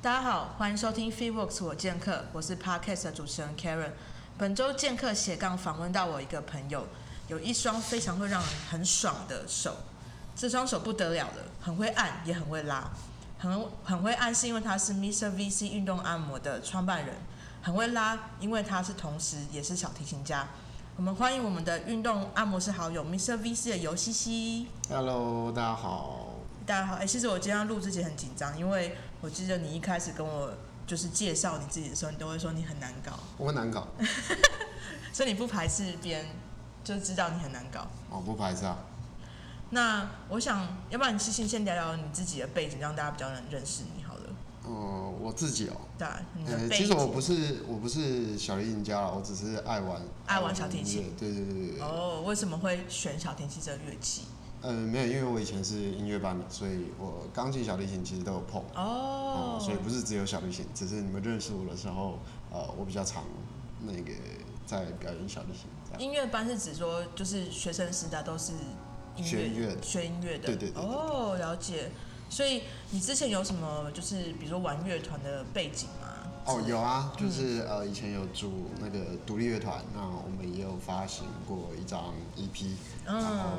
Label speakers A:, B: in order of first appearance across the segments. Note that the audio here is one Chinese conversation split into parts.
A: 大家好，欢迎收听 FreeWorks 我剑客，我是 Podcast 的主持人 Karen。本周剑客斜杠访问到我一个朋友，有一双非常会让人很爽的手，这双手不得了了，很会按，也很会拉，很很会按是因为他是 Mr. VC 运动按摩的创办人，很会拉，因为他是同时也是小提琴家。我们欢迎我们的运动按摩师好友 Mr. VC 的尤西西。
B: Hello，大家好。
A: 大家好，哎、其实我今天要录之前很紧张，因为我记得你一开始跟我就是介绍你自己的时候，你都会说你很难搞，
B: 我很难搞，
A: 所以你不排斥别人就知道你很难搞。
B: 我不排斥啊。
A: 那我想，要不然你先先聊聊你自己的背景，让大家比较能认识你好了。
B: 嗯、我自己哦、
A: 对啊，你的
B: 呃，
A: 背
B: 其
A: 景。
B: 实我不是我不是小提琴家啦，我只是爱玩
A: 爱玩小提琴
B: 音乐。对对对对对。
A: 哦，为什么会选小提琴这个乐器？
B: 呃，没有，因为我以前是音乐班的，所以我钢琴、小提琴其实都有碰。啊
A: 哦，
B: 所以不是只有小提琴，只是你们认识我的时候，呃，我比较常那个在表演小提琴这样。
A: 音乐班是指说，就是学生时代都是音乐
B: 学音乐的
A: 学音乐的，
B: 对对对对对
A: 哦，了解。所以你之前有什么就是比如说玩乐团的背景吗？
B: 哦，有
A: 嗯
B: 啊，就是、呃，以前有组那个独立乐团，那我们也有发行过一张 EP，、
A: 嗯
B: 然后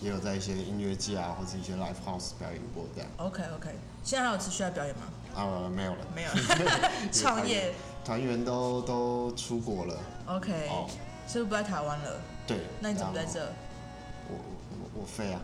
B: 也有在一些音乐季啊，或者一些 live house 表演过这样。
A: OK OK，现在还有持续在表演吗？
B: 啊，没有了，
A: 没有，
B: 因为
A: 创业
B: 团员团员都都出国了。
A: OK，、
B: 哦，
A: 是不是不在台湾了？
B: 对，
A: 那你怎么在
B: 然后
A: 这？
B: 我？我我我飞 啊！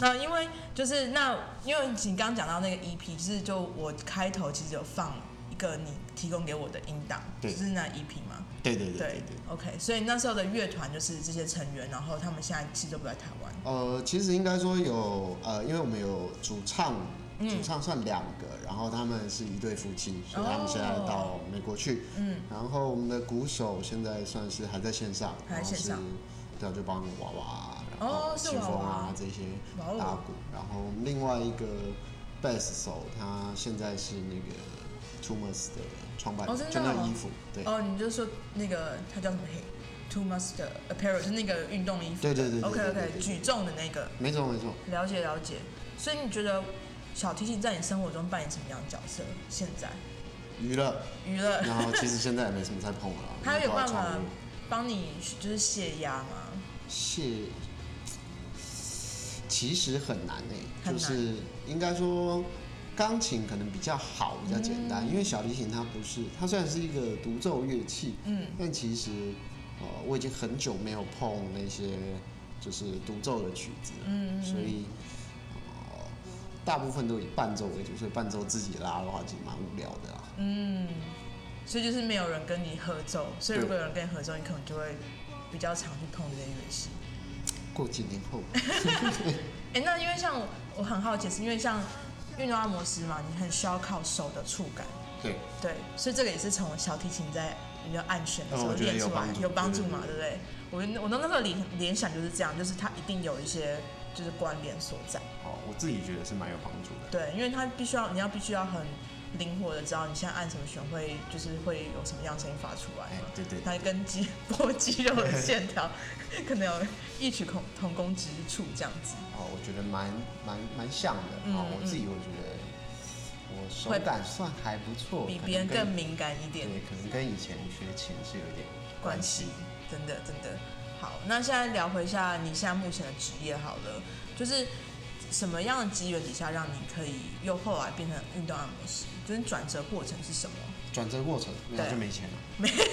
A: 那因为就是那，因为你刚刚讲到那个 EP，就是就我开头其实有放一个你提供给我的音档，就
B: 对
A: 是那 E EP 嘛。
B: 对对对对
A: 对
B: 对。
A: ，OK，所以那时候的乐团就是这些成员，然后他们现在其实都不在台湾。
B: 呃，其实应该说有呃，因为我们有主唱，
A: 嗯
B: 主唱算两个，然后他们是一对夫妻，所以他们现在到美国去。
A: 嗯，
B: 然后我们的鼓手现在算是还在线上，
A: 还在
B: 然后
A: 线
B: 是
A: 上
B: 对啊，就帮娃娃，然
A: 哦
B: 后
A: 是
B: 清风
A: 娃
B: 啊
A: 娃
B: 这些
A: 哇哦
B: 打鼓，然后我们另外一个 bass 手，他现在是那个 Tumas 的创办人，
A: 哦真的
B: 就那
A: 哦
B: 个衣服，对，
A: 哦，你就说那个他叫什么黑？Two Master Apparel 就是那个运动衣服。
B: 对对对对
A: OK
B: 对对
A: OK，
B: 对
A: 举重的那个，
B: 没错没错。
A: 了解了解。所以你觉得小提琴在你生活中扮演什么样的角色？现在
B: 娱乐，
A: 娱乐，
B: 然后其实现在也没什么在碰了 啊，
A: 他
B: 因为
A: 有
B: 都在
A: 办
B: 创
A: 法
B: 业
A: 帮你就是泄压吗？
B: 是，其实很难诶、
A: 很
B: 就
A: 难
B: 是应该说钢琴可能比较好，比较简
A: 嗯
B: 单，因为小提琴它不是，它虽然是一个独奏乐器，
A: 嗯，
B: 但其实呃我已经很久没有碰那些就是独奏的曲子了，
A: 嗯嗯嗯
B: 所以。呃大部分都以伴奏为主，所以伴奏自己拉的话，其实蛮无聊的啦。啊
A: 嗯，所以就是没有人跟你合奏，所以
B: 对
A: 如果有人跟你合奏，你可能就会比较常去碰这些乐器。
B: 过几年后，
A: 哎、那因为像我我很好奇，是因为像运动按摩师嘛，你很需要靠手的触感，
B: 对，
A: 对，所以这个也是从小提琴在你的按弦的时
B: 哦
A: 候
B: 我觉得
A: 练出
B: 有
A: 来
B: 帮助
A: 有帮助嘛，
B: 对
A: 对不对？我我那那时候联联想就是这样，就是它一定有一些就是关联所在，
B: 好，我自己觉得是蛮有帮助的。
A: 对，因为它必须要你要必须要很灵活的知道你现在按什么弦会就是会有什么样的声音发出来
B: 哎
A: 嘛，，
B: 对对
A: 它跟肌 波肌肉的线条 可能有异曲同同工之处这样子。
B: 哦，我觉得蛮蛮蛮像的
A: 嗯
B: 啊、哦我
A: 嗯
B: 自己我觉得我手
A: 会
B: 感算还不错，
A: 比
B: 可能
A: 别人
B: 跟
A: 更敏感一点，
B: 对，可能跟以前学琴是有点关系。
A: 真的真的。好，那现在聊回一下你现在目前的职业好了，就是什么样的机缘底下让你可以又后来变成运动按摩师？就是转折过程是什么？
B: 转折过程，没有
A: 对
B: 就没钱了。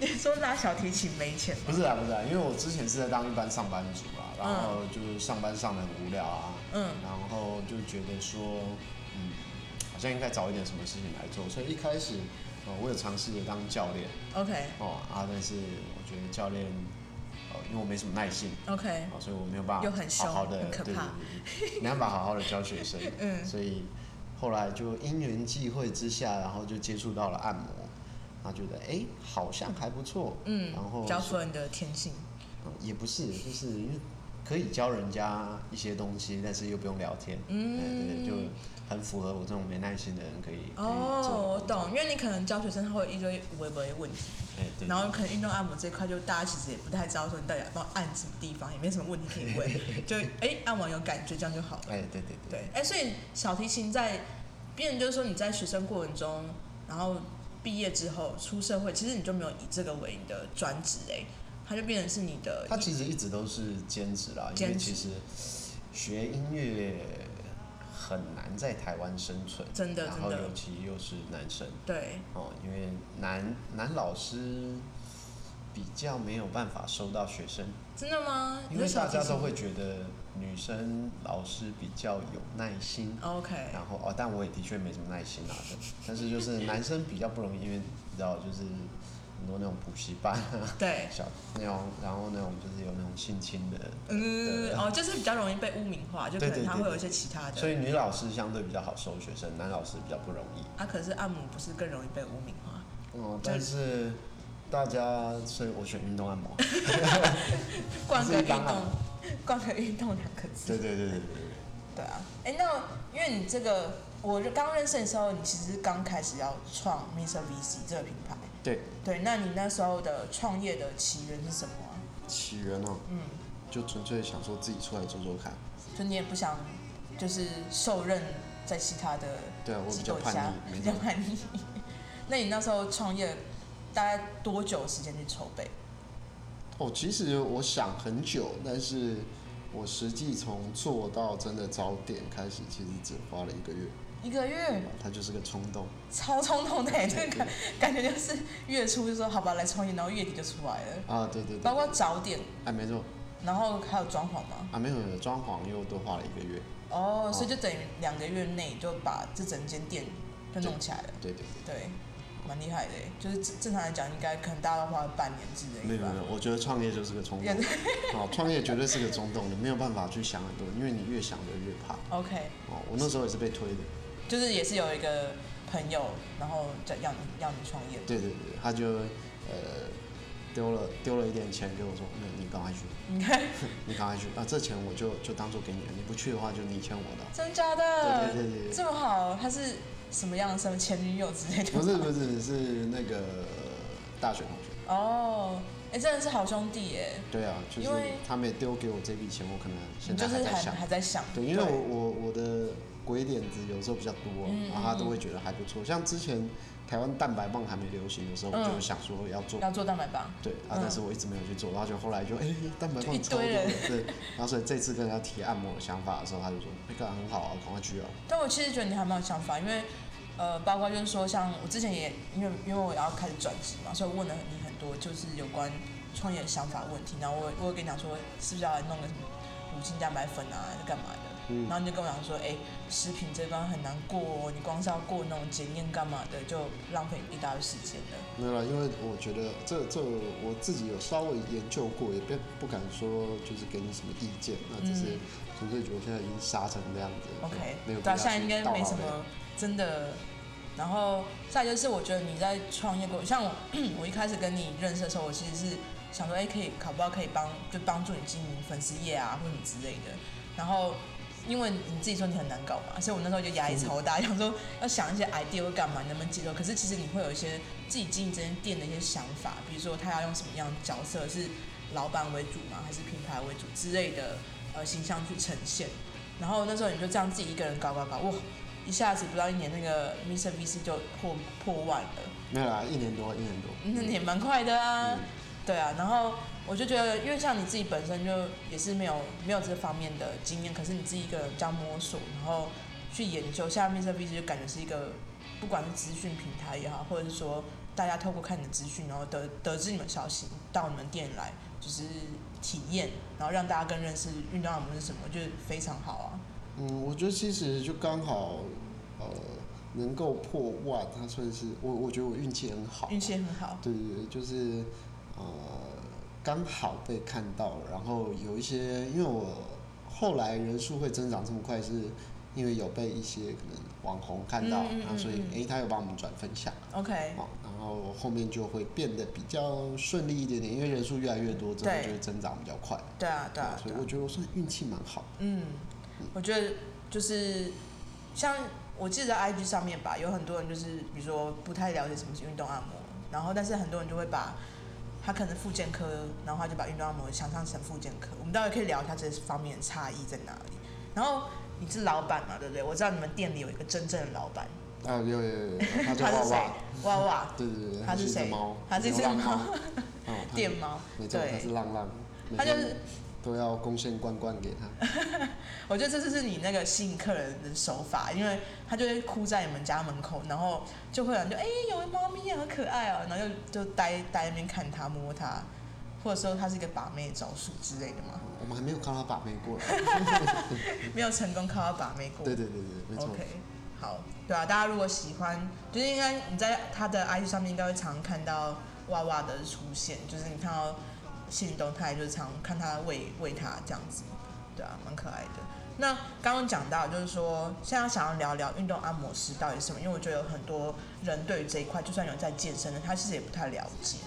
A: 你说拉小提琴没钱吗？
B: 不是啊，不是啊，因为我之前是在当一般上班族啊，然后就是上班上的很无聊啊，
A: 嗯
B: 然后就觉得说，嗯，好像应该找一点什么事情来做，所以一开始，呃，我有尝试着当教练
A: ，OK
B: 哦啊，但是我觉得教练，呃，因为我没什么耐性，
A: OK，
B: 啊，所以我没有办
A: 又
B: 法
A: 很凶
B: 好好的，
A: 很可
B: 对对
A: 怕，
B: 对对，没办法好好的教学生
A: 嗯
B: 所以后来就因缘际会之下，然后就接触到了按摩，然后觉得哎、诶好像还不错，
A: 嗯
B: 然，后
A: 比较符合你的天性，
B: 嗯也不是，就是因为可以教人家一些东西，但是又不用聊天，
A: 嗯
B: 对对对，就很符合我这种没耐心的人可以可以
A: 哦，我
B: 做。
A: 懂，因为你可能教学生他会一堆微微问题，
B: 哎，对。
A: 然后可能运动按摩这一块，就大家其实也不太知道说你到底要不要按什么地方，也没什么问题可以问，就哎、按完有感觉这样就好了。
B: 哎，对对
A: 对，哎、所以小提琴在，变成就是说你在学生过程中，然后毕业之后出社会，其实你就没有以这个为你的专职哎，它就变成是你的
B: 他其实一直都是兼职啦，因为
A: 兼职
B: 其实学音乐很难在台湾生存，
A: 真的
B: 然后
A: 真的
B: 尤其又是男生
A: 对
B: 哦，因为男男老师比较没有办法收到学生，
A: 真的吗？
B: 因为大家都
A: 说
B: 会觉得女生老师比较有耐心。
A: OK，
B: 然后哦，但我也的确没什么 耐心啊，对但是就是男生比较不容易，因为你知道就是很多那种补习班啊，
A: 对，
B: 小那种，然后那种就是有那种性侵的
A: 嗯
B: 对，
A: 哦，就是比较容易被污名化，就可
B: 对
A: 能
B: 对
A: 他
B: 对
A: 会有
B: 对
A: 一些其他的。
B: 所以女老师相对比较好收学生，男老师比较不容易。
A: 啊，可是按摩不是更容易被污名化？
B: 哦，但是大家，所以我选运动按摩。
A: 灌个
B: 是
A: 运
B: 刚
A: 动
B: 好，
A: 灌个运动两个字。
B: 对对对对对
A: 对啊，哎、那因为你这个，我就刚认识你的时候，你其实刚开始要创 Mr. VC 这个品牌，
B: 对。
A: 对，那你那时候的创业的起源是什么啊、
B: 起源哦，
A: 嗯，
B: 就纯粹想说自己出来做做看。
A: 就你也不想就是受任在其他的
B: 对啊，我比
A: 机
B: 较
A: 构
B: 叛
A: 下，
B: 逆，
A: 比
B: 没
A: 较
B: 错。
A: 叛逆。 那你那时候创业大概多久时间去筹备？
B: 哦，其实我想很久，但是我实际从做到真的早点开始，其实只花了一个月。
A: 一个月，
B: 它就是个冲 动。
A: 超冲动的欸，这个
B: 对
A: 感感觉就是月初就说好吧来创业，然后月底就出来了，
B: 啊，对对对。
A: 包括早点，
B: 哎，没错
A: 然后还有装潢嘛。
B: 啊，没有没有，装潢又多花了一个月。
A: 哦，
B: 哦
A: 所以就等于两个月内就把这整间店就弄起来了，
B: 对对对。
A: 对，蛮厉害的耶。就是正正常来讲，应该可能大家都花了半年之
B: 没
A: 类
B: 有
A: 的
B: 没
A: 吧。
B: 有，我觉得创业就是个冲动
A: 也。
B: 好，创业绝对是个冲动，你没有办法去想很多，因为你越想就越怕。
A: OK，
B: 哦，我那时候也是被推的。
A: 就是也是有一个朋友，然后就要你要你创业，
B: 对对对，他就呃丢了丢了一点钱给我说，那你赶 快去，
A: 你看
B: 你赶快去啊，这钱我就就当做给你了，你不去的话就你欠我的。
A: 真假
B: 对
A: 的
B: 对对对对，
A: 呃这么好，他是什么样的身份？前女友之类的吗？
B: 不是不是是那个大学同学。
A: 哦，哎，真的是好兄弟耶，
B: 对啊，就是
A: 因为
B: 他们也丢给我这笔钱，我可能
A: 你
B: 现在
A: 就
B: 还
A: 是
B: 在
A: 还
B: 想。
A: 还在想，
B: 对，因为我我我的鬼点子有时候比较多，
A: 嗯
B: 然后他都会觉得还不错。像之前台湾蛋白棒还没流行的时候，
A: 嗯
B: 我就想说要做，
A: 要做蛋白棒，
B: 对
A: 嗯
B: 啊，但是我一直没有去做，然后就后来就哎、蛋白
A: 就一
B: 棒超多
A: 堆
B: 的
A: 人，
B: 对。然后所以这次跟人家提按摩的想法的时候，他就说那个很好啊，赶快去啊。
A: 但我其实觉得你还蛮有想法，因为呃，包括就是说，像我之前也因为因为我也要开始转职嘛，所以我问了你很多就是有关创业的想法问题，然后我我有跟你讲说是不是要来弄个什么乳清蛋白粉啊，还是干嘛的。
B: 嗯
A: 然后你就跟我讲说，哎、食品这关很难过哦，你光是要过那种检验干嘛的，就浪费一大堆时间了。
B: 没有啦，因为我觉得这这我自己有稍微研究过，也不不敢说就是给你什么意见，那只是纯粹觉得现在已经杀成这样子了
A: 嗯 OK，
B: 没有必
A: 对啊，
B: 要
A: 现在应该
B: 去
A: 没
B: 叨
A: 什
B: 扰人
A: 么真的。然后再就是，我觉得你在创业过，像我， 我一开始跟你认识的时候，我其实是想说，哎，可以考不好可以帮，就帮助你经营粉丝业啊，或者什么之类的。然后因为你自己说你很难搞嘛，所以我那时候就压力超大，想说要想一些 idea 会干嘛，能不能接受。可是其实你会有一些自己经营这间店的一些想法，比如说他要用什么样的角色，是老板为主吗，还是品牌为主之类的呃形象去呈现。然后那时候你就这样自己一个人搞搞搞，哇，一下子不到一年，那个 Mr. VC 就破破万了，
B: 没有啦，一年多，一年多。
A: 那你也蛮快的啊。
B: 嗯
A: 对啊，然后我就觉得，因为像你自己本身就也是没有没有这方面的经验，可是你自己一个人这样摸索，然后去研究，像 Mr. V 就感觉是一个，不管是资讯平台也好，或者是说大家透过看你的资讯，然后得得知你们消息，到你们店来就是体验，然后让大家更认识运动按摩是什么，就是非常好啊。
B: 嗯，我觉得其实就刚好，呃，能够破万，它算是我，我觉得我运气很好。
A: 运气很好。
B: 对对对，就是呃，刚好被看到，然后有一些，因为我后来人数会增长这么快，是因为有被一些可能网红看到，
A: 嗯嗯嗯
B: 然后所以
A: 嗯
B: 诶，他有帮我们转分享，
A: OK，
B: 哦，然后后面就会变得比较顺利一点点，因为人数越来越多之后
A: 对
B: 就会增长比较快。哦
A: 对啊，对啊，
B: 所
A: 对
B: 以
A: 啊
B: 我觉得我算运气蛮好的。
A: 嗯，我觉得就是像我记得在 IG 上面吧，有很多人就是比如说不太了解什么是运动按摩，然后但是很多人就会把他可能复健科，然后他就把运动按摩想象成复健科。我们待会可以聊一下这方面的差异在哪里。然后你是老板嘛，对不对？我知道你们店里有一个真正的老板，
B: 啊，有有有有，他叫
A: 他
B: 娃
A: 是谁
B: 娃，？
A: 娃娃，
B: 对对对，
A: 他是
B: 是一只
A: 谁
B: 猫，
A: 他是一只
B: 流浪
A: 猫
B: 猫， 哦，他
A: 电猫，
B: 没错，他
A: 对
B: 是，浪浪，每
A: 他就
B: 天
A: 是
B: 都要贡献罐罐给他，
A: 我觉得这就是你那个吸引客人的手法，因为他就会哭在你们家门口，然后就会有人就哎、有猫咪好可爱哦、然后就就呆呆在那边看它摸它，或者说它是一个把妹的招数之类的嘛，
B: 我们还没有看到他把妹 过来，
A: 没有成功靠它把妹过。
B: 对对对对，没错
A: OK，好，对啊，大家如果喜欢，就是应该你在他的 IG 上面应该会常看到娃娃的出现，就是你看到新动态，就是常看他喂喂他这样子，对啊，蛮可爱的。那刚刚讲到，就是说现在想要聊聊运动按摩师到底是什么，因为我觉得有很多人对于这一块，就算有人在健身的，他其实也不太了解，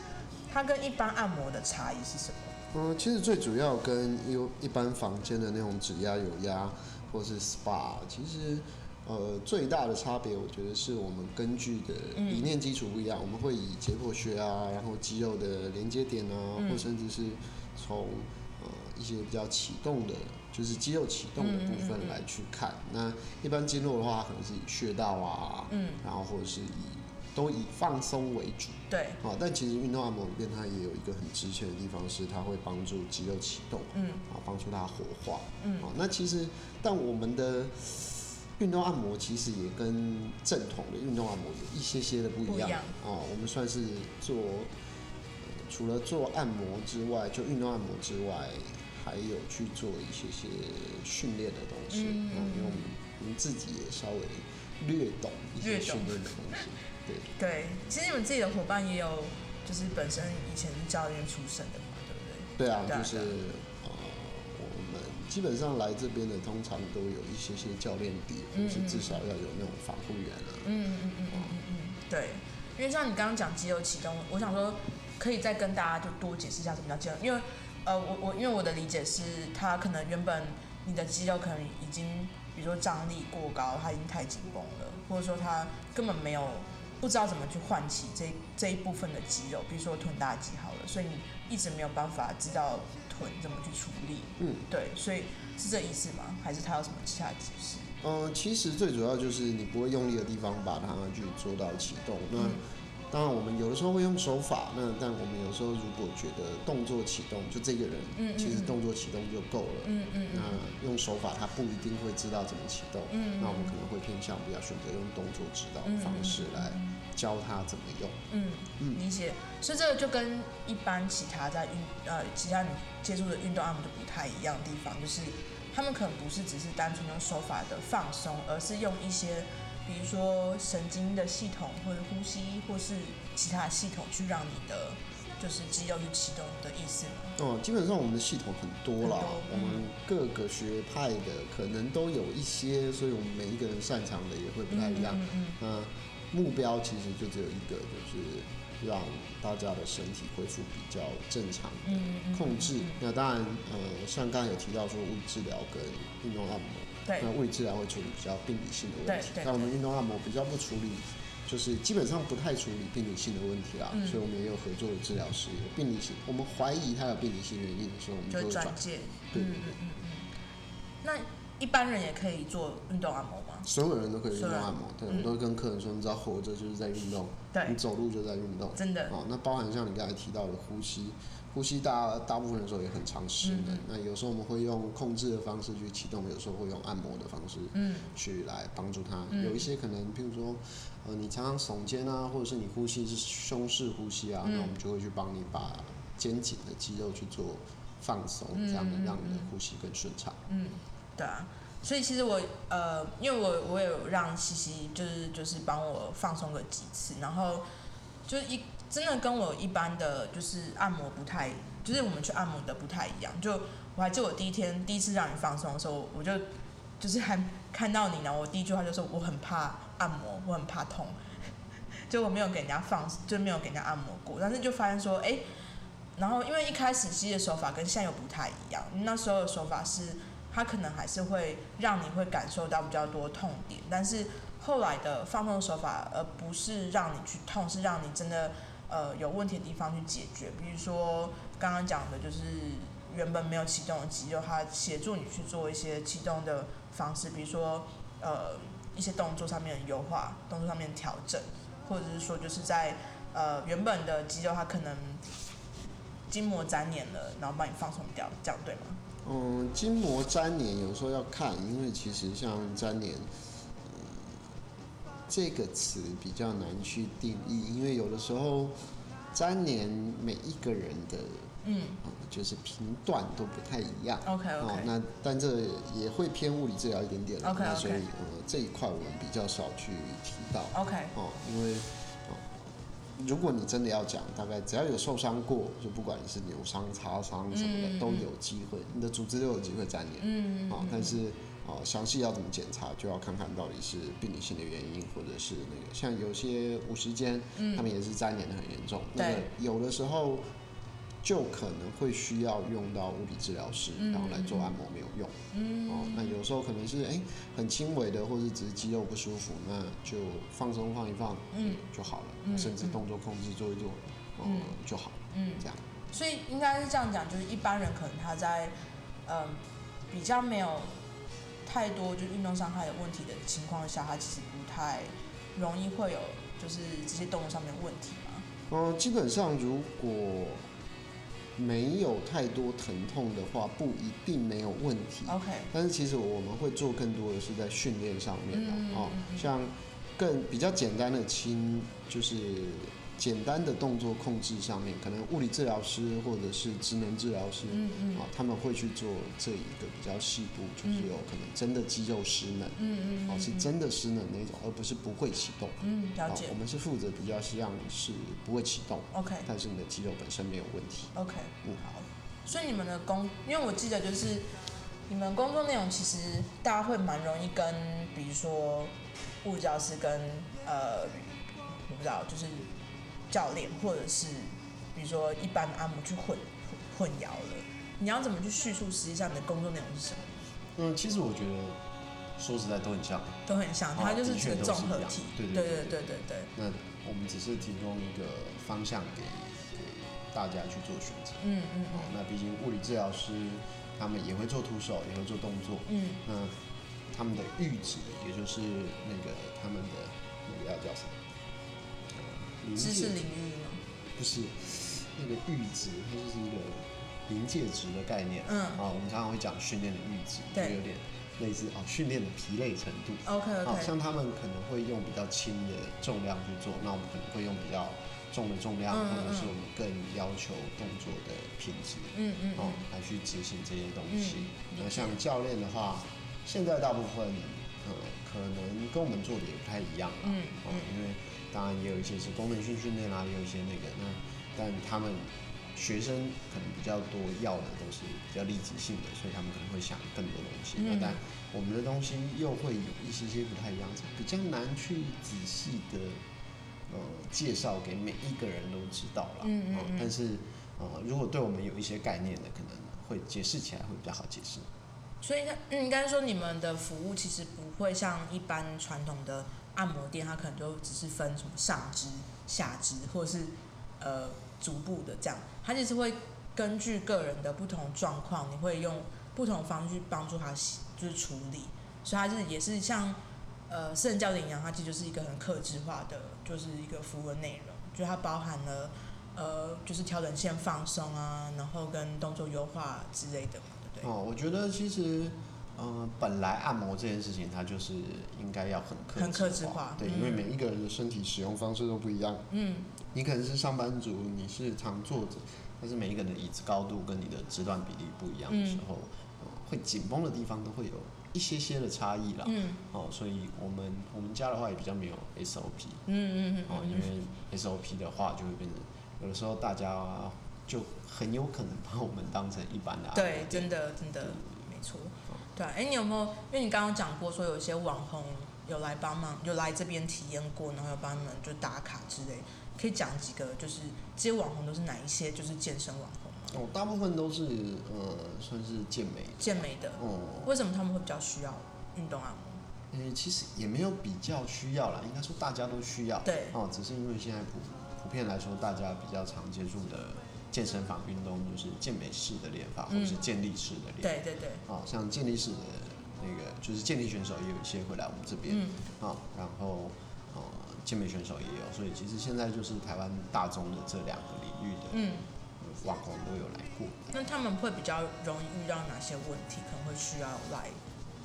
A: 它跟一般按摩的差异是什么？
B: 嗯，其实最主要跟一一般房间的那种指压、有压或是 SPA，其实呃最大的差别，我觉得是我们根据的理念基础不一样，我们会以解剖学啊，然后肌肉的连接点啊，或甚至是从呃一些比较启动的，就是肌肉启动的部分来去看。那一般经络的话，可能是以穴道啊，
A: 嗯，
B: 然后或者是以都以放松为主。
A: 对，
B: 好，哦但其实运动按摩里面它也有一个很值钱的地方，是它会帮助肌肉启动，
A: 嗯
B: 啊，帮助它活化。
A: 嗯
B: 好，那其实但我们的运动按摩其实也跟正统的运动按摩有一些些的不
A: 不
B: 一
A: 一
B: 样
A: 样
B: 哦。我们算是做呃除了做按摩之外，就运动按摩之外，还有去做一些些训练的东西。哦
A: 嗯
B: 因为我们我们自己也稍微略懂一
A: 略
B: 些
A: 懂
B: 训练的东西。对，
A: 对，其实你们自己的伙伴也有，就是本身以前是教练出身的嘛，对不对？
B: 对啊，
A: 对啊
B: 就是
A: 对啊
B: 呃，我们基本上来这边的通常都有一些些教练底，
A: 嗯
B: 或是
A: 嗯
B: 至少要有那种防护员啊。
A: 嗯嗯嗯嗯嗯嗯，对，因为像你刚刚讲肌肉启动，我想说可以再跟大家就多解释一下什么叫肌肉，因为呃，我我因为我的理解是，它可能原本你的肌肉可能已经，比如说张力过高，它已经太紧绷了，或者说它根本没有不知道怎么去唤起这这一部分的肌肉，比如说臀大肌好了，所以你一直没有办法知道臀怎么去处理，
B: 嗯，
A: 对，所以是这意思吗？还是它有什么其他解释？
B: 嗯、其实最主要就是你不会用力的地方把它去做到启动。那、
A: 嗯
B: 当然，我们有的时候会用手法，那但我们有时候如果觉得动作启动，就这个人、
A: 嗯嗯
B: 其实
A: 嗯
B: 动作启动就够了。
A: 嗯嗯嗯
B: 那用手法他不一定会知道怎么启动，
A: 嗯
B: 那我们可能会偏向比较选择用动作指导的
A: 嗯
B: 方式来教他怎么用。
A: 嗯，
B: 嗯
A: 理解。所以这个就跟一般其他在运呃其他你接触的运动按摩就不太一样的地方，就是他们可能不是只是单纯用手法的放松，而是用一些比如说神经的系统或者呼吸或是其他系统去让你的就是肌肉去启动的意思吗？
B: 哦，基本上我们的系统很多
A: 很
B: 啦
A: 多，
B: 我们各个学派的可能都有一些，所以我们每一个人擅长的也会不太一样。
A: 嗯嗯
B: 那目标其实就只有一个，就是让大家的身体恢复比较正常
A: 嗯嗯嗯，
B: 控制。那当然，呃，像刚才有提到说物理治疗跟运动按摩，
A: 对
B: 那物理治疗会处理比较病理性的问题
A: 对对，
B: 但我们运动按摩比较不处理，就是基本上不太处理病理性的问题啦。
A: 嗯
B: 所以我们也有合作的治疗师，有病理性，我们怀疑他有病理性原因的时候，我们
A: 就
B: 就
A: 是
B: 会转
A: 转。介。
B: 对
A: 嗯
B: 对
A: 嗯嗯嗯。那一般人也可以做运动按摩吗？
B: 所有人都可以运
A: 所
B: 动
A: 有人
B: 按摩，对，
A: 嗯
B: 我都会跟客人说，你只要活着就是在运动，
A: 对，
B: 你走路就在运动。
A: 真的。
B: 哦，那包含像你刚才提到的呼吸，呼吸大大部分的时候也很常失能。
A: 嗯
B: 那有时候我们会用控制的方式去启动，有时候会用按摩的方式
A: 嗯
B: 去来帮助他。
A: 嗯
B: 有一些可能，譬如说，呃，你常常耸肩啊，或者是你呼吸是胸式呼吸啊，
A: 嗯
B: 那我们就会去帮你把肩颈的肌肉去做放松，
A: 嗯
B: 这样
A: 嗯
B: 让你的
A: 嗯
B: 呼吸更顺畅。
A: 嗯，对啊，所以其实我呃，因为我我有让西西就是就是帮我放松个几次，然后就是一真的跟我一般的就是按摩不太，就是我们去按摩的不太一样。就我还记得我第一天第一次让你放松的时候，我就就是还看到你，然后我第一句话就说我很怕按摩，我很怕痛， 就我没有给人家放，就没有给人家按摩过，但是就发现说，哎、然后因为一开始吸的手法跟现在又不太一样，那时候的手法是它可能还是会让你会感受到比较多痛点，但是后来的放松手法，而不是让你去痛，是让你真的呃有问题的地方去解决。比如说刚刚讲的，就是原本没有启动的肌肉，它协助你去做一些启动的方式，比如说呃一些动作上面的优化，动作上面的调整，或者是说就是在呃原本的肌肉它可能筋膜粘连了，然后帮你放松掉，这样对吗？
B: 呃
C: 嗯，筋膜粘连有时候要看，因为其实像粘连、嗯
B: 呃
C: 这个词比较难去定义，因为有的时候粘连每一个人的、
A: 嗯
C: 嗯
B: 呃
C: 就是频段都不太一样。
A: ，OK
C: 哦
A: OK，，
C: 那但这也会偏物理治疗一点点了
A: OK，OK
C: 那所以呃这一块我们比较少去提到
A: OK，
C: 哦，因为、哦、如果你真的要讲，大概只要有受伤过，就不管你是扭伤、擦伤什么的，
A: 嗯嗯
C: 都有机会，你的组织都有机会粘连。
A: 嗯，嗯
C: 哦，但是哦，详细要怎么检查，就要看看到底是病理性的原因，或者是那个像有些五十肩，他
A: 嗯
C: 们也是粘连的很严重，那
A: 对
C: 个有的时候就可能会需要用到物理治疗师，
A: 嗯
C: 然后来做按摩没有用。哦，那有时候可能是哎、很轻微的，或者只是肌肉不舒服，那就放松放一放，
A: 嗯
C: 就好了，
A: 嗯
C: 甚至
A: 嗯
C: 动作控制做一做，哦、
A: 嗯
C: 就好了，
A: 嗯，
C: 这样。
A: 所以应该是这样讲，就是一般人可能他在嗯比较没有太多就是运动伤害的问题的情况下，他其实不太容易会有就是这些动作上面的问题嘛。
C: 嗯，基本上如果没有太多疼痛的话，不一定没有问题。
A: OK，
C: 但是其实我们会做更多的是在训练上面的、
A: 嗯
C: 哦
A: 嗯嗯，
C: 像更比较简单的轻，就是简单的动作控制上面，可能物理治疗师或者是职能治疗师。
A: 嗯嗯
C: 啊，他们会去做这一个比较细部，就是
A: 嗯
C: 有可能真的肌肉失能，
A: 嗯嗯
C: 哦，
A: 嗯，
C: 是真的失能那种，而不是不会启动。
A: 嗯了
C: 啊
A: 解
C: 我们是负责比较是让你是不会启动，
A: ，OK。
C: 但是你的肌肉本身没有问题。
A: OK，
C: 嗯
A: 好。所以你们的工，因为我记得就是你们工作内容其实大家会蛮容易跟，比如说物理教师跟呃，我不知道，就是教练或者是比如说一般的按摩去混混混淆了。你要怎么去叙述实际上你的工作内容是什么？
B: 嗯，其实我觉得说实在都很像，
A: 都很像，它
B: 哦
A: 就是
B: 的
A: 这
B: 确
A: 个
B: 都
A: 综
B: 是一
A: 合
B: 样
A: 体。
B: 对
A: 对
B: 对对
A: 对对对。
B: 那我们只是提供一个方向给给大家去做选择。
A: 嗯嗯
B: 哦，那毕竟物理治疗师他们也会做徒手，也会做动作，
A: 嗯
B: 那他们的阈值，也就是那个他们的那个要叫什么？呃
A: 嗯，
B: 临
A: 知
B: 界
A: 识
B: 值
A: 领域呢？
B: 不是那个阈值，它就是一个临界值的概念。
A: 嗯
B: 啊，我们常常会讲训练的阈值，就
A: 对哦
B: 有点类似哦，训练的疲累程度。
A: OK
B: 啊，
A: OK，
B: 像他们可能会用比较轻的重量去做，那我们可能会用比较重的重量，
A: 嗯嗯
B: 或者是
A: 嗯
B: 我们更要求动作的品质，
A: 嗯嗯
B: 哦，来去执行这些东西。
A: 嗯理
B: 那
A: 解
B: 像教练的话，现在大部分呃可能跟我们做的也不太一样了，
A: 嗯
B: 哦，因为当然也有一些是功能性训练啦，也有一些那个那，但他们学生可能比较多要的都是比较立即性的，所以他们可能会想更多东西。那
A: 嗯
B: 但我们的东西又会有一些些不太一样，比较难去仔细的呃介绍给每一个人都知道啦。
A: 嗯嗯
B: 哦
A: 嗯
B: 但是呃，如果对我们有一些概念的，可能会解释起来会比较好解释。
A: 所以应该嗯应该说你们的服务其实不会像一般传统的按摩店，它可能就只是分什么上肢、下肢或者是呃足部的这样，它其实会根据个人的不同状况，你会用不同方式去帮助他洗就是处理，所以它是也是像呃私人教练一样，它其实就是一个很克制化的，就是一个服务的内容，就它包含了。呃，就是调整线放松啊，然后跟动作优化之类的嘛，对不对？
B: 哦，我觉得其实，嗯、本来按摩这件事情，它就是应该要很克
A: 很克制
B: 制
A: 化
B: 对，
A: 嗯
B: 因为每一个人的身体使用方式都不一样。
A: 嗯，
B: 你可能是上班族，你是常坐着，但是每一个人的椅子高度跟你的直段比例不一样的
A: 嗯
B: 时候，呃会紧绷的地方都会有一些些的差异啦。
A: 嗯
B: 哦，所以我们我们家的话也比较没有 SOP
A: 嗯嗯嗯
B: 哦，因为 SOP 的话就会变成有的时候大家就很有可能把我们当成一般的按摩
A: 对，真
B: 店
A: 的真的没错。
B: 哦
A: 对啊，哎、你有没有？因为你刚刚讲过说有一些网红有来帮忙，有来这边体验过，然后有帮你们就打卡之类，可以讲几个？就是这些网红都是哪一些？就是健身网红吗？
B: 哦，大部分都是呃，算是健美。
A: 健美的，
B: 哦，
A: 为什么他们会比较需要运动按摩？啊
B: 诶、其实也没有比较需要啦，应该说大家都需要。
A: 对
B: 哦，只是因为现在普普遍来说，大家比较常接触的健身房运动就是健美式的练法，或
A: 嗯
B: 者是健力式的练法。
A: 对对对，
B: 哦，像健力士的那个，就是健力选手也有一些会来我们这边啊、
A: 嗯，
B: 哦然后呃健美选手也有，所以其实现在就是台湾大宗的这两个领域的
A: 嗯，
B: 网红都有来过。
A: 那他们会比较容易遇到哪些问题？可能会需要来，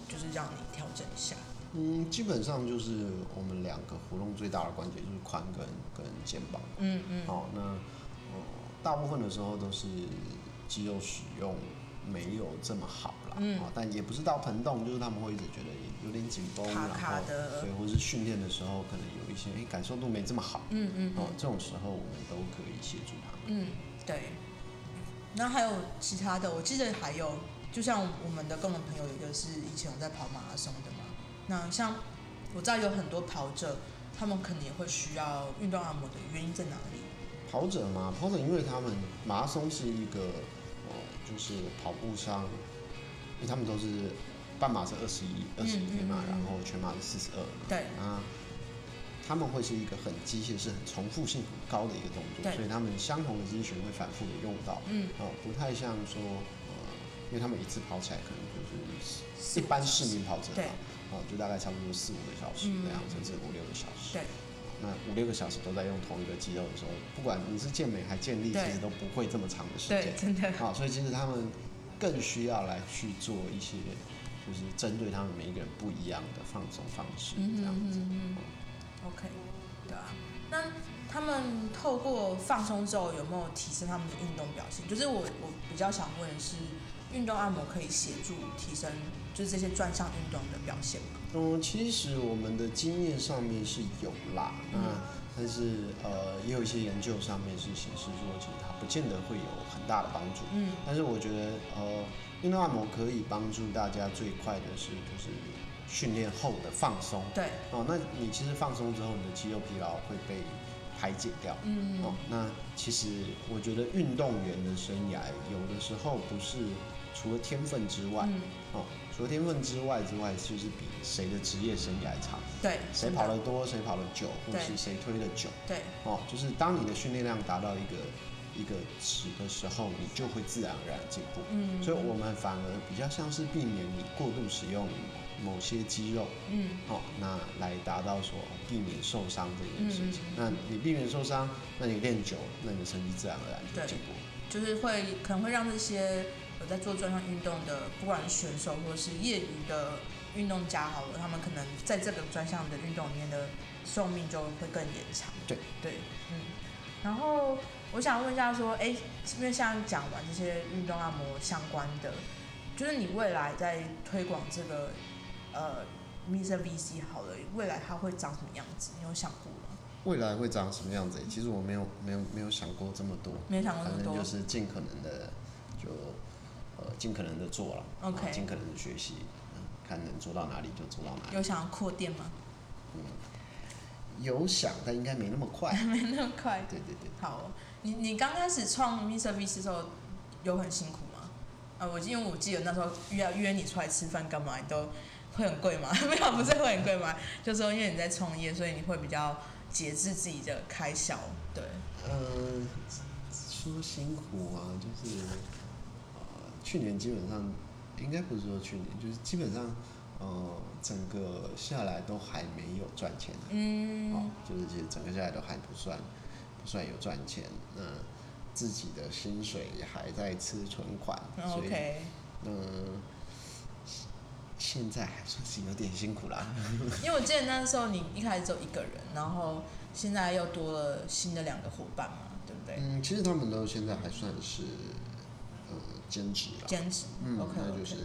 A: 就是让你调整一下。
B: 嗯，基本上就是我们两个活动最大的关节就是髋跟跟肩膀。
A: 嗯嗯
B: 哦，那呃大部分的时候都是肌肉使用没有这么好啦，
A: 嗯
B: 哦，但也不是到膨动，就是他们会一直觉得有点紧绷，
A: 卡
B: 然
A: 卡
B: 后
A: 的嗯
B: 对，或是训练的时候可能有一些哎感受度没这么好，
A: 嗯嗯
B: 哦，这种时候我们都可以协助他们。
A: 嗯，对。那还有其他的，我记得还有，就像我们的共同朋友，有一个是以前有在跑马拉松的嘛。那像我知道有很多跑者，他们可能也会需要运动按摩的原因在哪里？
B: 跑者嘛，跑者因为他们马拉松是一个呃，就是跑步上，因为他们都是半马是二十一二十一
A: 嗯
B: 天嘛，
A: 嗯嗯
B: 然后全马是四十二，
A: 对，
B: 那他们会是一个很机械式、很重复性很高的一个动作，
A: 对
B: 所以他们相同的肌群会反复的用到，
A: 嗯，
B: 哦，不太像说呃，因为他们一次跑起来可能就是
A: 四
B: 一般市民跑者
A: 对
B: 嘛，哦，就大概差不多四五个小时这样，甚至五六个小
A: 嗯
B: 时，
A: 对，
B: 那五六个小时都在用同一个肌肉的时候，不管你是健美还健力，
A: 对
B: 其实都不会这么长的时
A: 对，
B: 间，
A: 真的，
B: 啊，所以其实他们更需要来去做一些，就是针对他们每一个人不一样的放松方式，
A: 嗯
B: 这样
A: 嗯
B: 子。
A: 嗯，OK，对啊。那他们透过放松之后，有没有提升他们的运动表现？就是我我比较想问的是，运动按摩可以协助提升，就是这些专项运动的表现吗？
B: 嗯，其实我们的经验上面是有啦，那、
A: 嗯
B: 但是呃，也有一些研究上面是显示说，其实它不见得会有很大的帮助。
A: 嗯
B: 但是我觉得呃，运动按摩可以帮助大家最快的是就是训练后的放松。
A: 对，
B: 哦，那你其实放松之后，你的肌肉疲劳会被排解掉。
A: 嗯
B: 哦，那其实我觉得运动员的生涯有的时候不是除了天分之外，
A: 嗯，
B: 哦，除了天分之外之外，就是比谁的职业生涯长，
A: 对，
B: 谁
A: 真
B: 跑
A: 的
B: 得多，谁跑得久，或
A: 对
B: 是谁推得久。
A: 嗯对，
B: 哦，就是当你的训练量达到一个一个值的时候，你就会自然而然进步。
A: 嗯，
B: 所以我们反而比较像是避免你过度使用某些肌肉，
A: 嗯
B: 哦，那来达到说哦避免受伤这件事情。
A: 嗯
B: 那你避免受伤，那你练久，那你的成绩自然而然就
A: 对
B: 会进步。
A: 就是会可能会让这些有在做专项运动的，不管是选手或是业余的运动家好了，他们可能在这个专项的运动里面的寿命就会更延长。
B: 对
A: 对，嗯。然后我想问一下，说，哎，因为像讲完这些运动按摩相关的，就是你未来在推广这个呃 Mr. VC 好了，未来它会长什么样子？你有想过吗？
B: 未来会长什么样子？其实我没有没有没有想过这么多，
A: 没有想过
B: 反
A: 那么
B: 正
A: 多
B: 就。是尽可能的就呃尽可能的做了
A: OK
B: 然后尽可能的学习，嗯看能做到哪里就做到哪里。
A: 有想要扩店吗？
B: 有想，但应该没那么 快。
A: 没那么快。
B: 对对对，
A: 好哦，你你刚开始创 Mr. V 的时候有很辛苦吗？啊，我因为我记得那时候约啊约你出来吃饭干嘛，你都会很贵吗？ 没有，不是会很贵吗？就说因为你在创业，所以你会比较节制自己的开销。对，
B: 呃，说辛苦啊，就是呃去年基本上应该不是说去年，就是基本上呃整个下来都还没有赚钱、啊。哦
A: 嗯，，
B: 就是其实整个下来都还不算不算有赚钱，那自己的薪水也还在吃存款，
A: 那
B: 所
A: 哦
B: 以
A: OK，
B: 嗯，现在还算是有点辛苦啦。
A: 因为我记得那时候你一开始只有一个人，然后现在又多了新的两个伙伴嘛，对不对？
B: 嗯，其实他们都现在还算是呃兼职啦，
A: 兼职
B: 嗯
A: ，OK，
B: 那就
A: OK
B: 是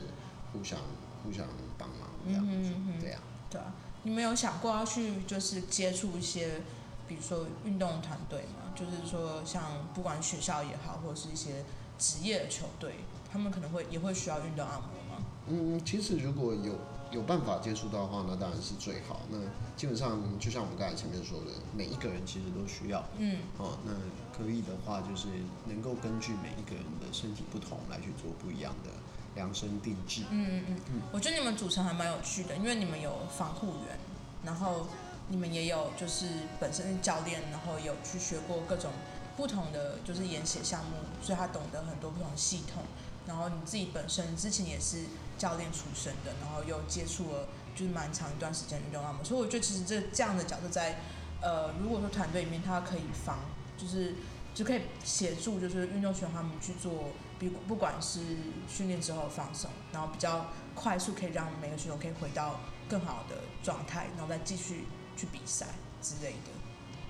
B: 互相互相帮忙这
A: 嗯
B: 样，
A: 哼嗯哼
B: 对。啊。
A: 对啊，你们有想过要去就是接触一些，比如说运动团队嘛，就是说像不管学校也好，或者是一些职业的球队，他们可能会也会需要运动按摩吗？
B: 嗯，其实如果有有办法接触到的话，那当然是最好。那基本上就像我们刚才前面说的，每一个人其实都需要。
A: 嗯，
B: 哦，那可以的话，就是能够根据每一个人的身体不同来去做不一样的量身定制。
A: 嗯嗯嗯，我觉得你们组成还蛮有趣的，因为你们有防护员，然后你们也有就是本身是教练，然后有去学过各种不同的就是研写项目，所以他懂得很多不同的系统。然后你自己本身之前也是教练出身的，然后又接触了就是蛮长一段时间运动按摩，所以我觉得其实这这样的角色在呃，如果说团队里面他可以防，就是就可以协助就是运动选手他们去做比不管是训练之后放松，然后比较快速可以让每个选手可以回到更好的状态，然后再继续去比赛之类的。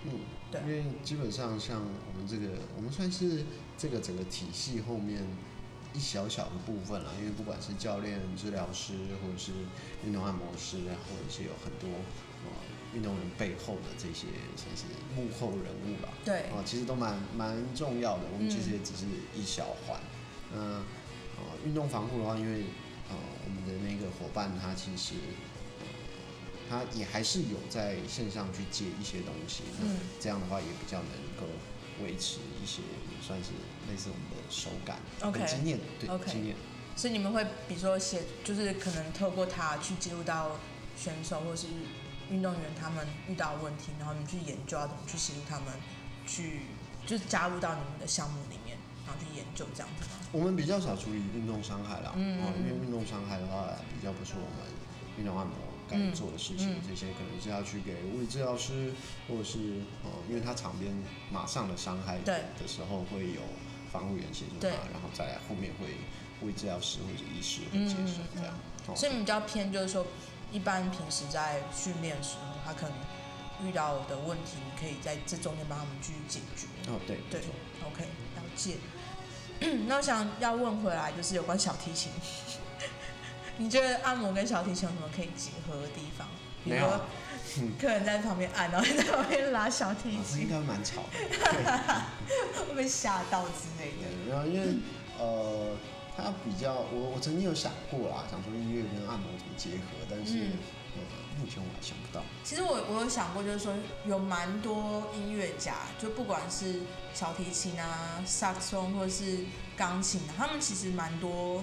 B: 嗯，
A: 对
B: 因为基本上像我们这个，我们算是这个整个体系后面一小小的部分了。因为不管是教练、治疗师，或者是运动按摩师，或者是有很多呃运动员背后的这些算是幕后人物吧。
A: 对，
B: 哦，其实都蛮蛮重要的。我们其实
A: 嗯
B: 也只是一小环。那呃，运动防护的话，因为呃，我们的那个伙伴他其实、呃他也还是有在线上去借一些东西。那
A: 嗯
B: 这样的话也比较能够维持一些也算是类似我们的手感
A: OK
B: 跟经验，对
A: OK
B: 经验。
A: 所以你们会比如说写，就是可能透过他去记录到选手或是运动员他们遇到的问题，然后你们去研究要怎么去协助他们去，就是加入到你们的项目里面，然后去研究这样子吗？
B: 我们比较少处理运动伤害啦，
A: 嗯
B: 哦，
A: 嗯
B: 因为运动伤害的话，比较不是我们运动按摩该做的事情，
A: 嗯嗯
B: 这些可能是要去给物理治疗师，或者是哦、因为他场边马上的伤害
A: 对
B: 的时候会有防护员协助他
A: 对，
B: 然后再来后面会物理治疗师或者医师会接手
A: 嗯嗯
B: 这样。哦
A: 所以你们比较偏就是说，一般平时在训练的时候，他可能遇到的问题，你可以在这中间帮他们去解决。
B: 哦，对，
A: 对
B: 没错
A: ，OK，了解。 那我想要问回来，就是有关小提琴， 你觉得按摩跟小提琴有什么可以结合的地方？比如
B: 没有
A: 说
B: 啊
A: 客人在旁边按，然后你在旁边拉小提
B: 老师应
A: 琴，
B: 该蛮吵的。嗯
A: 会被吓到之类的。
B: 对，没有，因为呃，它比较我我曾经有想过啦，想说音乐跟按摩怎么结合，但是、
A: 嗯
B: 呃，目前我还想不到。
A: 其实我我有想过，就是说有蛮多音乐家，就不管是小提琴啊、萨克斯风或是钢琴啊，他们其实蛮多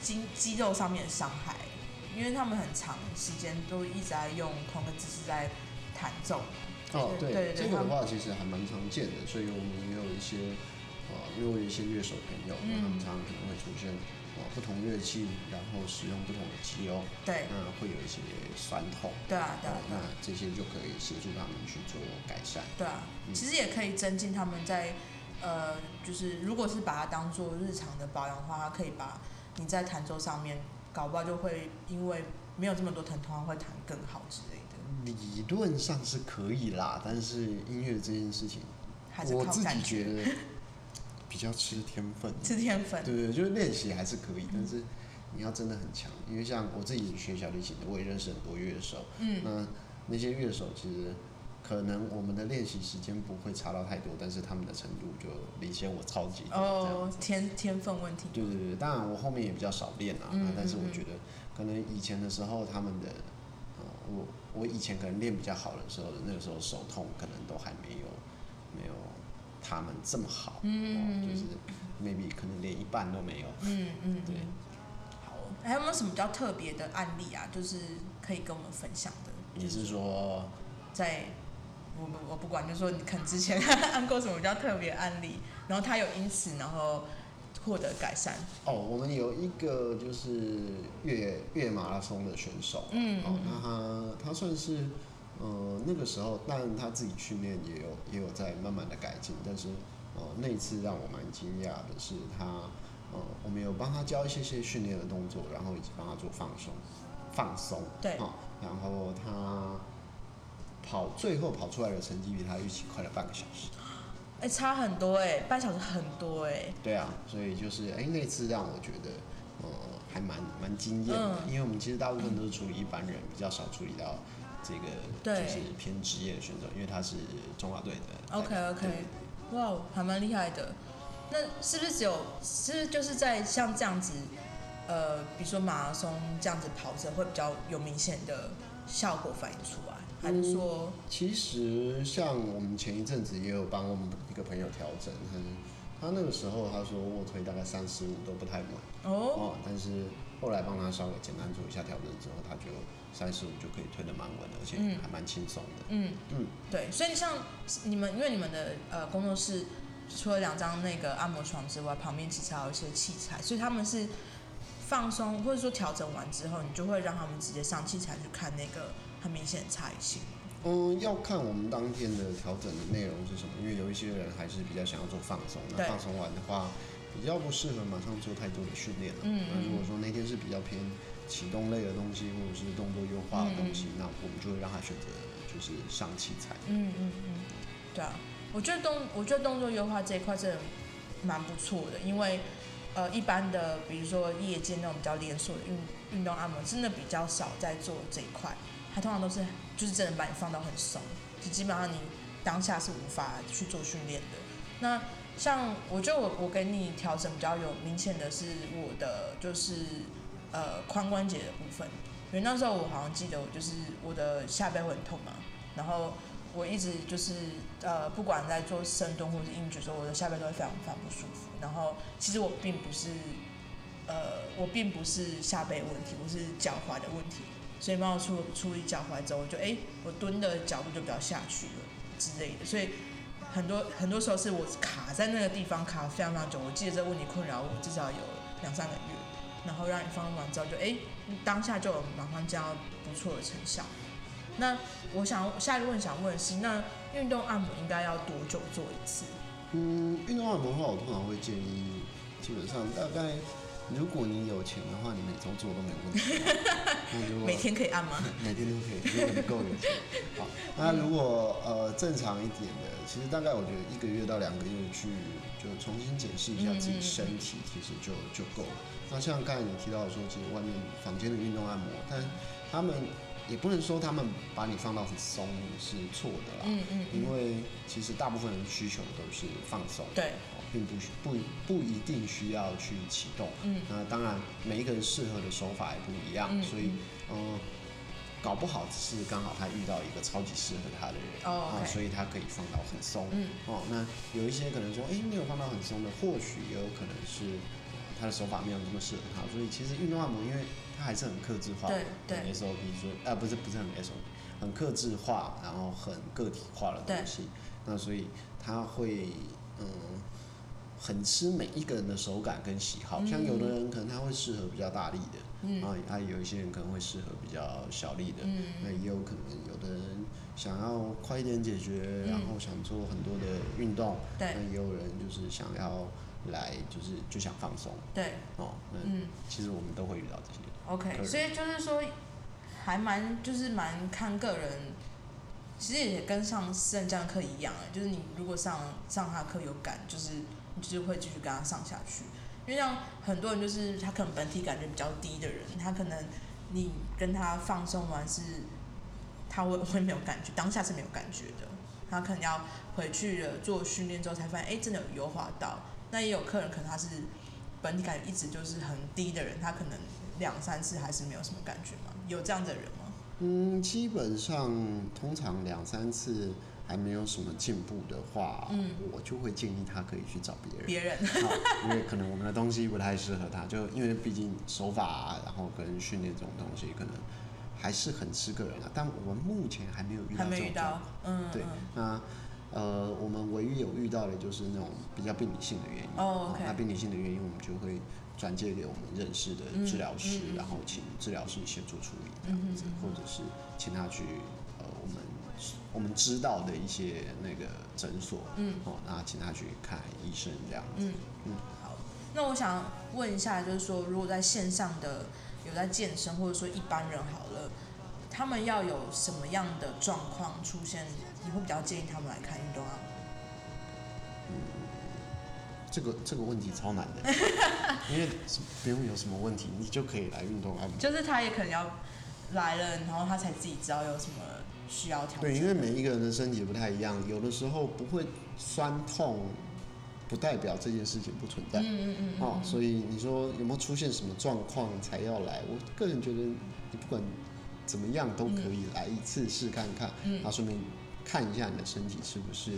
A: 肌肌肉上面的伤害，因为他们很长时间都一直在用同个姿势在弹奏。
B: 哦，
A: 对
B: 对，
A: 对对
B: 这
A: 他
B: 个的
A: 们
B: 话其实还蛮常见的，所以我们也有一些，呃，因为我有一些乐手朋友，
A: 嗯
B: 那他们常常可能会出现，呃，不同乐器，然后使用不同的肌肉，
A: 对，
B: 那会有一些酸痛，
A: 对啊，对啊，
B: 呃
A: 对
B: 那
A: 啊，
B: 这些就可以协助他们去做改善。
A: 对啊，
B: 嗯
A: 其实也可以增进他们在呃，就是如果是把它当做日常的保养的话，它可以把你在弹奏上面，搞不好就会因为没有这么多疼痛，它会弹更好之类的。
B: 理论上是可以啦，但是音乐这件事情，
A: 还是
B: 我
A: 靠
B: 自
A: 感
B: 己觉
A: 觉，
B: 得比较吃天分。
A: 是天分。
B: 对对，就是练习还是可以，
A: 嗯
B: 但是你要真的很强，因为像我自己学小提琴的，我也认识很多乐手，
A: 嗯，
B: 那那些乐手其实可能我们的练习时间不会差到太多，但是他们的程度就领先我超级多这样
A: 哦
B: 子。，
A: 天天分问题。
B: 对对对，当然我后面也比较少练啊，
A: 嗯
B: 那但是
A: 嗯
B: 我
A: 嗯
B: 觉得可能以前的时候他们的，呃，我我以前可能练比较好的时候，那个时候手痛可能都还没有没有他们这么好，
A: 嗯
B: 哦就是 maybe 可能连一半都没有。
A: 嗯嗯，
B: 对
A: 嗯好，还有没有什么比较特别的案例啊？就是可以跟我们分享的？
B: 你
A: 就是
B: 是说
A: 在我不我不管，就是说你可能之前 按过什么比较特别的案例，然后他有因此然后获得改善。
B: 哦，我们有一个就是越越马拉松的选手，
A: 嗯
B: 哦，那他他算是呃那个时候，当然他自己训练也有也有在慢慢的改进，但是呃那一次让我蛮惊讶的是他呃我们有帮他教一些些训练的动作，然后以及帮他做放松放松，
A: 对
B: 哦，然后他跑最后跑出来的成绩比他预期快了半个小时，
A: 哎、差很多哎、半小时很多哎、
B: 对啊，所以就是哎、那次让我觉得，呃，还蛮蛮惊艳的，
A: 嗯
B: 因为我们其实大部分都是处理一般人，比较少处理到这个
A: 对
B: 就是偏职业的选手，因为他是中华队的代
A: OK
B: 表。
A: OK，
B: 对
A: 哇哦，还蛮厉害的。那是不是只有是不是就是在像这样子，呃，比如说马拉松这样子跑者会比较有明显的效果反映出来，还是说
B: 其实像我们前一阵子也有帮我们一个朋友调整，他他那个时候他说卧推大概三十五都不太稳
A: 哦，
B: 哦，但是后来帮他稍微简单做一下调整之后，他就三十五就可以推得蛮稳的，而且
A: 嗯
B: 还蛮轻松的。
A: 嗯
B: 嗯，
A: 对，所以像你们，因为你们的呃工作室除了两张那个按摩床之外，旁边其实还有一些器材，所以他们是放松或者说调整完之后，你就会让他们直接上器材去看那个很明显的差异性。
B: 嗯，要看我们当天的调整的内容是什么，因为有一些人还是比较想要做放松，那
A: 对
B: 放松完的话，比较不适合马上做太多的训练了。
A: 嗯
B: 那如果说那天是比较偏启动类的东西，或者是动作优化的东西，那我们就会让他选择就是上器材。
A: 嗯嗯嗯，对啊，我觉得动，我觉得动作优化这一块真的蛮不错的，因为呃，一般的比如说业界那种比较连锁的运运动按摩，真的比较少在做这一块，它通常都是就是真的把你放到很松，就基本上你当下是无法去做训练的。那像我觉得我我给你调整比较有明显的是我的就是呃髋关节的部分，因为那时候我好像记得我就是我的下背会很痛嘛，然后我一直就是呃，不管在做深蹲或是硬举的时候，我的下背都会非常非常不舒服。然后其实我并不是呃，我并不是下背问题，我是脚踝的问题。所以帮我处处理脚踝之后，我就哎、我蹲的角度就比较下去了之类的。所以很多很多时候是我卡在那个地方卡非常非常久。我记得这个问题困扰我至少有两三个月。然后让你放完之后就，哎，当下就有马上见到不错的成效。那我想下一个问想问的是，那运动按摩应该要多久做一次？
B: 嗯，运动按摩的话，我通常会建议，基本上大概，如果你有钱的话，你每周做都没有问题。啊那如果
A: 每天可以按吗？
B: 每天都可以，如果你够有钱。好，那如果呃正常一点的，其实大概我觉得一个月到两个月去就重新检视一下自己身体，其实就就够了。那像刚才你提到的说，其实外面房间的运动按摩，但他们也不能说他们把你放到很松是错的啦，啊
A: 嗯嗯嗯，
B: 因为其实大部分人需求都是放松。
A: 对，
B: 哦并不需不不一定需要去启动。
A: 嗯
B: 那当然，每一个人适合的手法也不一样，
A: 嗯
B: 所以嗯，搞不好只是刚好他遇到一个超级适合他的人，
A: 哦
B: 啊
A: OK
B: 所以他可以放到很松。
A: 嗯
B: 哦，那有一些可能说，哎、没有放到很松的，或许也有可能是呃他的手法没有那么适合他，所以其实运动按摩，因为它还是很克制化，
A: 对对
B: 很 SOP，所以啊、不是不是很 SOP，很克制化，然后很个体化的
A: 对
B: 东西，那所以他会嗯。很吃每一个人的手感跟喜好，像有的人可能他会适合比较大力的，
A: 嗯
B: 啊，啊，有一些人可能会适合比较小力的，
A: 嗯
B: 那也有可能有的人想要快一点解决，然后想做很多的运动，
A: 嗯对
B: 那也有人就是想要来就是就想放松
A: 对，
B: 哦，那
A: 嗯
B: 其实我们都会遇到这些，
A: ，OK。
B: 人
A: 所以就是说，还蛮就是蛮看个人，其实也跟上圣战课一样，就是你如果上上他课有感，就是你就是会继续跟他上下去。因为像很多人就是他可能本体感觉比较低的人，他可能你跟他放松完是，他会会没有感觉，当下是没有感觉的。他可能要回去了做训练之后才发现，哎、真的有优化到。那也有客人可能他是本体感一直就是很低的人，他可能两三次还是没有什么感觉嘛？有这样的人吗？
B: 嗯，基本上通常两三次还没有什么进步的话，
A: 嗯，
B: 我就会建议他可以去找别人。
A: 别人
B: 好因为可能我们的东西不太适合他，就因为毕竟手法、啊，然后跟训练这种东西，可能还是很吃个人啊。但我们目前还没有遇
A: 还
B: 到这
A: 没
B: 种
A: 遇
B: 状
A: 到
B: 况。，
A: 嗯，
B: 对
A: 嗯，
B: 那呃，我们唯一有遇到的就是那种比较病理性的原因。
A: 哦，OK
B: 那病理性的原因，我们就会转介给我们认识的治疗
A: 嗯
B: 师，
A: 嗯嗯
B: 然后请治疗师协助处理这
A: 嗯
B: 样
A: 哼
B: 子，
A: 嗯
B: 或者是请他去呃我们我们知道的一些那个诊所，
A: 嗯，
B: 哦，那请他去看医生这样子。
A: 嗯，好。那我想问一下，就是说，如果在线上的有在健身，或者说一般人好了，他们要有什么样的状况出现，你会比较建议他们来看运动按啊摩？
B: 这个这个问题超难的，因为不用有什么问题，你就可以来运动啊按摩。
A: 就是他也可能要来了，然后他才自己知道有什么需要调整。
B: 对，因为每一个人的身体不太一样，有的时候不会酸痛，不代表这件事情不存在。
A: 嗯嗯嗯嗯，
B: 哦，所以你说有没有出现什么状况才要来？我个人觉得，你不管怎么样都可以来一次试看看，
A: 嗯
B: 然后顺便看一下你的身体是不是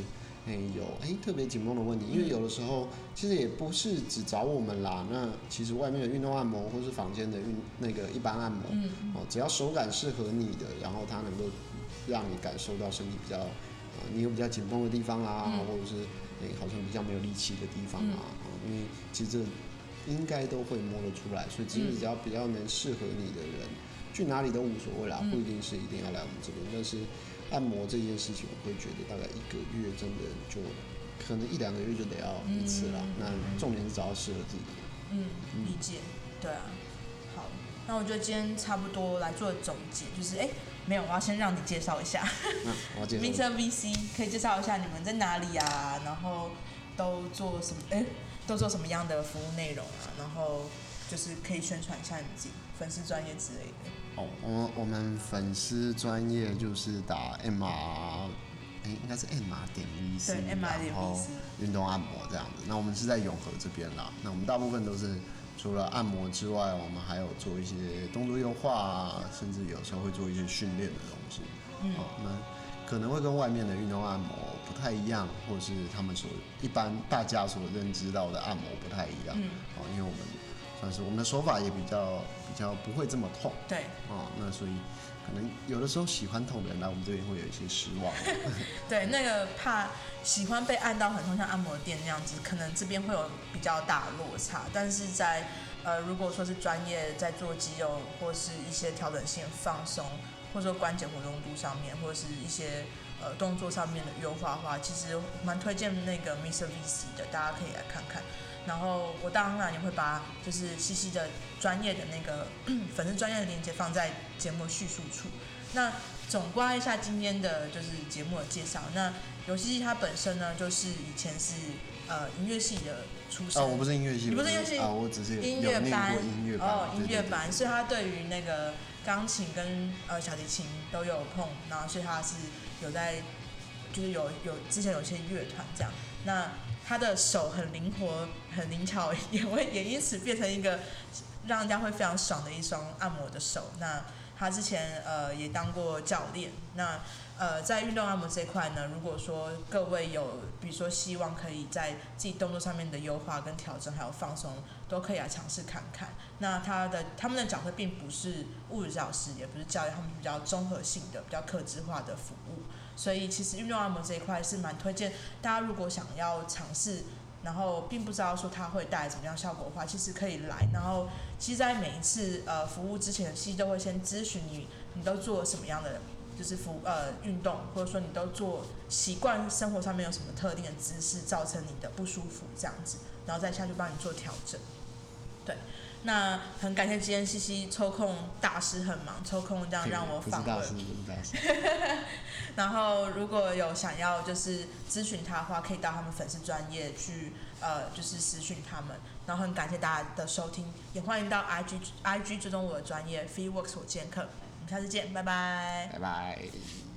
B: 哎有哎特别紧绷的问题，
A: 嗯
B: 因为有的时候其实也不是只找我们啦，那其实外面的运动按摩或是房间的运那个一般按摩，
A: 嗯，
B: 哦，只要手感适合你的，然后它能够让你感受到身体比较，呃，你有比较紧绷的地方啦，
A: 嗯
B: 或者是诶、好像比较没有力气的地方
A: 嗯
B: 啊，哦因为其实这应该都会摸得出来，所以其实
A: 嗯
B: 只要比较能适合你的人，去哪里都无所谓啦，
A: 嗯
B: 不一定是一定要来我们这边，但是按摩这件事情，我会觉得大概一个月真的就可能一两个月就得要一次啦，
A: 嗯
B: 那重点是找到适合自己的。
A: 嗯，理解，对啊。好，那我觉得今天差不多来做总结，就是哎、诶没有，我要先让你介绍一下
B: 那我要介
A: m
B: 绍
A: r VC，可以介绍一下你们在哪里啊，然后都做什么？哎、都做什么样的服务内容啊？然后就是可以宣传一下你自己粉丝专业之类的。
B: 哦，我我们粉丝专业就是打 M R，哎、应该是 M R 点 V C，
A: 对，M R 点
B: 然后
A: VC
B: 运动按摩这样子。那我们是在永和这边啦，那我们大部分都是除了按摩之外，我们还有做一些动作优化啊，甚至有时候会做一些训练的东西。
A: 嗯
B: 哦，那可能会跟外面的运动按摩不太一样，或者是他们所一般大家所认知到的按摩不太一样。
A: 嗯，
B: 哦，因为我们算是我们的手法也比较比较不会这么痛。
A: 对，
B: 哦，那所以可能有的时候喜欢痛的人来我们这边会有一些失望。
A: 对，那个怕喜欢被按到很痛，像按摩店那样子，可能这边会有比较大的落差。但是在呃，如果说是专业在做肌肉或是一些调整性放松，或者说关节活动度上面，或者是一些呃动作上面的优化的话，其实蛮推荐那个 Mr. VC 的，大家可以来看看。然后我当然也会把就是西西的专业的那个粉丝专业的链接放在节目叙述处。那总括一下今天的就是节目的介绍。那游戏机它本身呢，就是以前是呃音乐系的出身，
B: 啊，我不是音乐系，
A: 你不
B: 我
A: 是音乐系
B: 啊，我只是有
A: 音
B: 有
A: 乐
B: 念
A: 班
B: 过音乐班，啊
A: 哦，音
B: 对
A: 乐。
B: 对
A: 班，所以他对于那个钢琴跟呃小提琴都有碰，然后所以他是有在，就是有有之前有些乐团这样，那他的手很灵活，很灵巧， 也会也因此变成一个让人家会非常爽的一双按摩的手。那他之前呃也当过教练，那呃在运动按摩这一块呢，如果说各位有比如说希望可以在自己动作上面的优化跟调整，还有放松，都可以来尝试看看。那他的他们的角色并不是物理治疗师，也不是教练，他们是比较综合性的、比较客制化的服务。所以其实运动按摩这一块是蛮推荐大家，如果想要尝试，然后并不知道说它会带来怎么样效果的话，其实可以来。然后其实，在每一次呃服务之前，西医都会先咨询你，你都做什么样的就是服呃运动，或者说你都做习惯生活上面有什么特定的姿势造成你的不舒服这样子，然后再下去帮你做调整。对，那很感谢今天西西抽空，大师很忙，抽空这样
B: 对
A: 让我
B: 不知
A: 访
B: 道
A: 问
B: 是。不是大 师，
A: 然后如果有想要就是咨询他的话，可以到他们粉丝专业去呃就是私讯他们。然后很感谢大家的收听，也欢迎到 IG IG 追踪我的专业 Free Works 火箭课。我们下次见，拜拜。
B: 拜拜。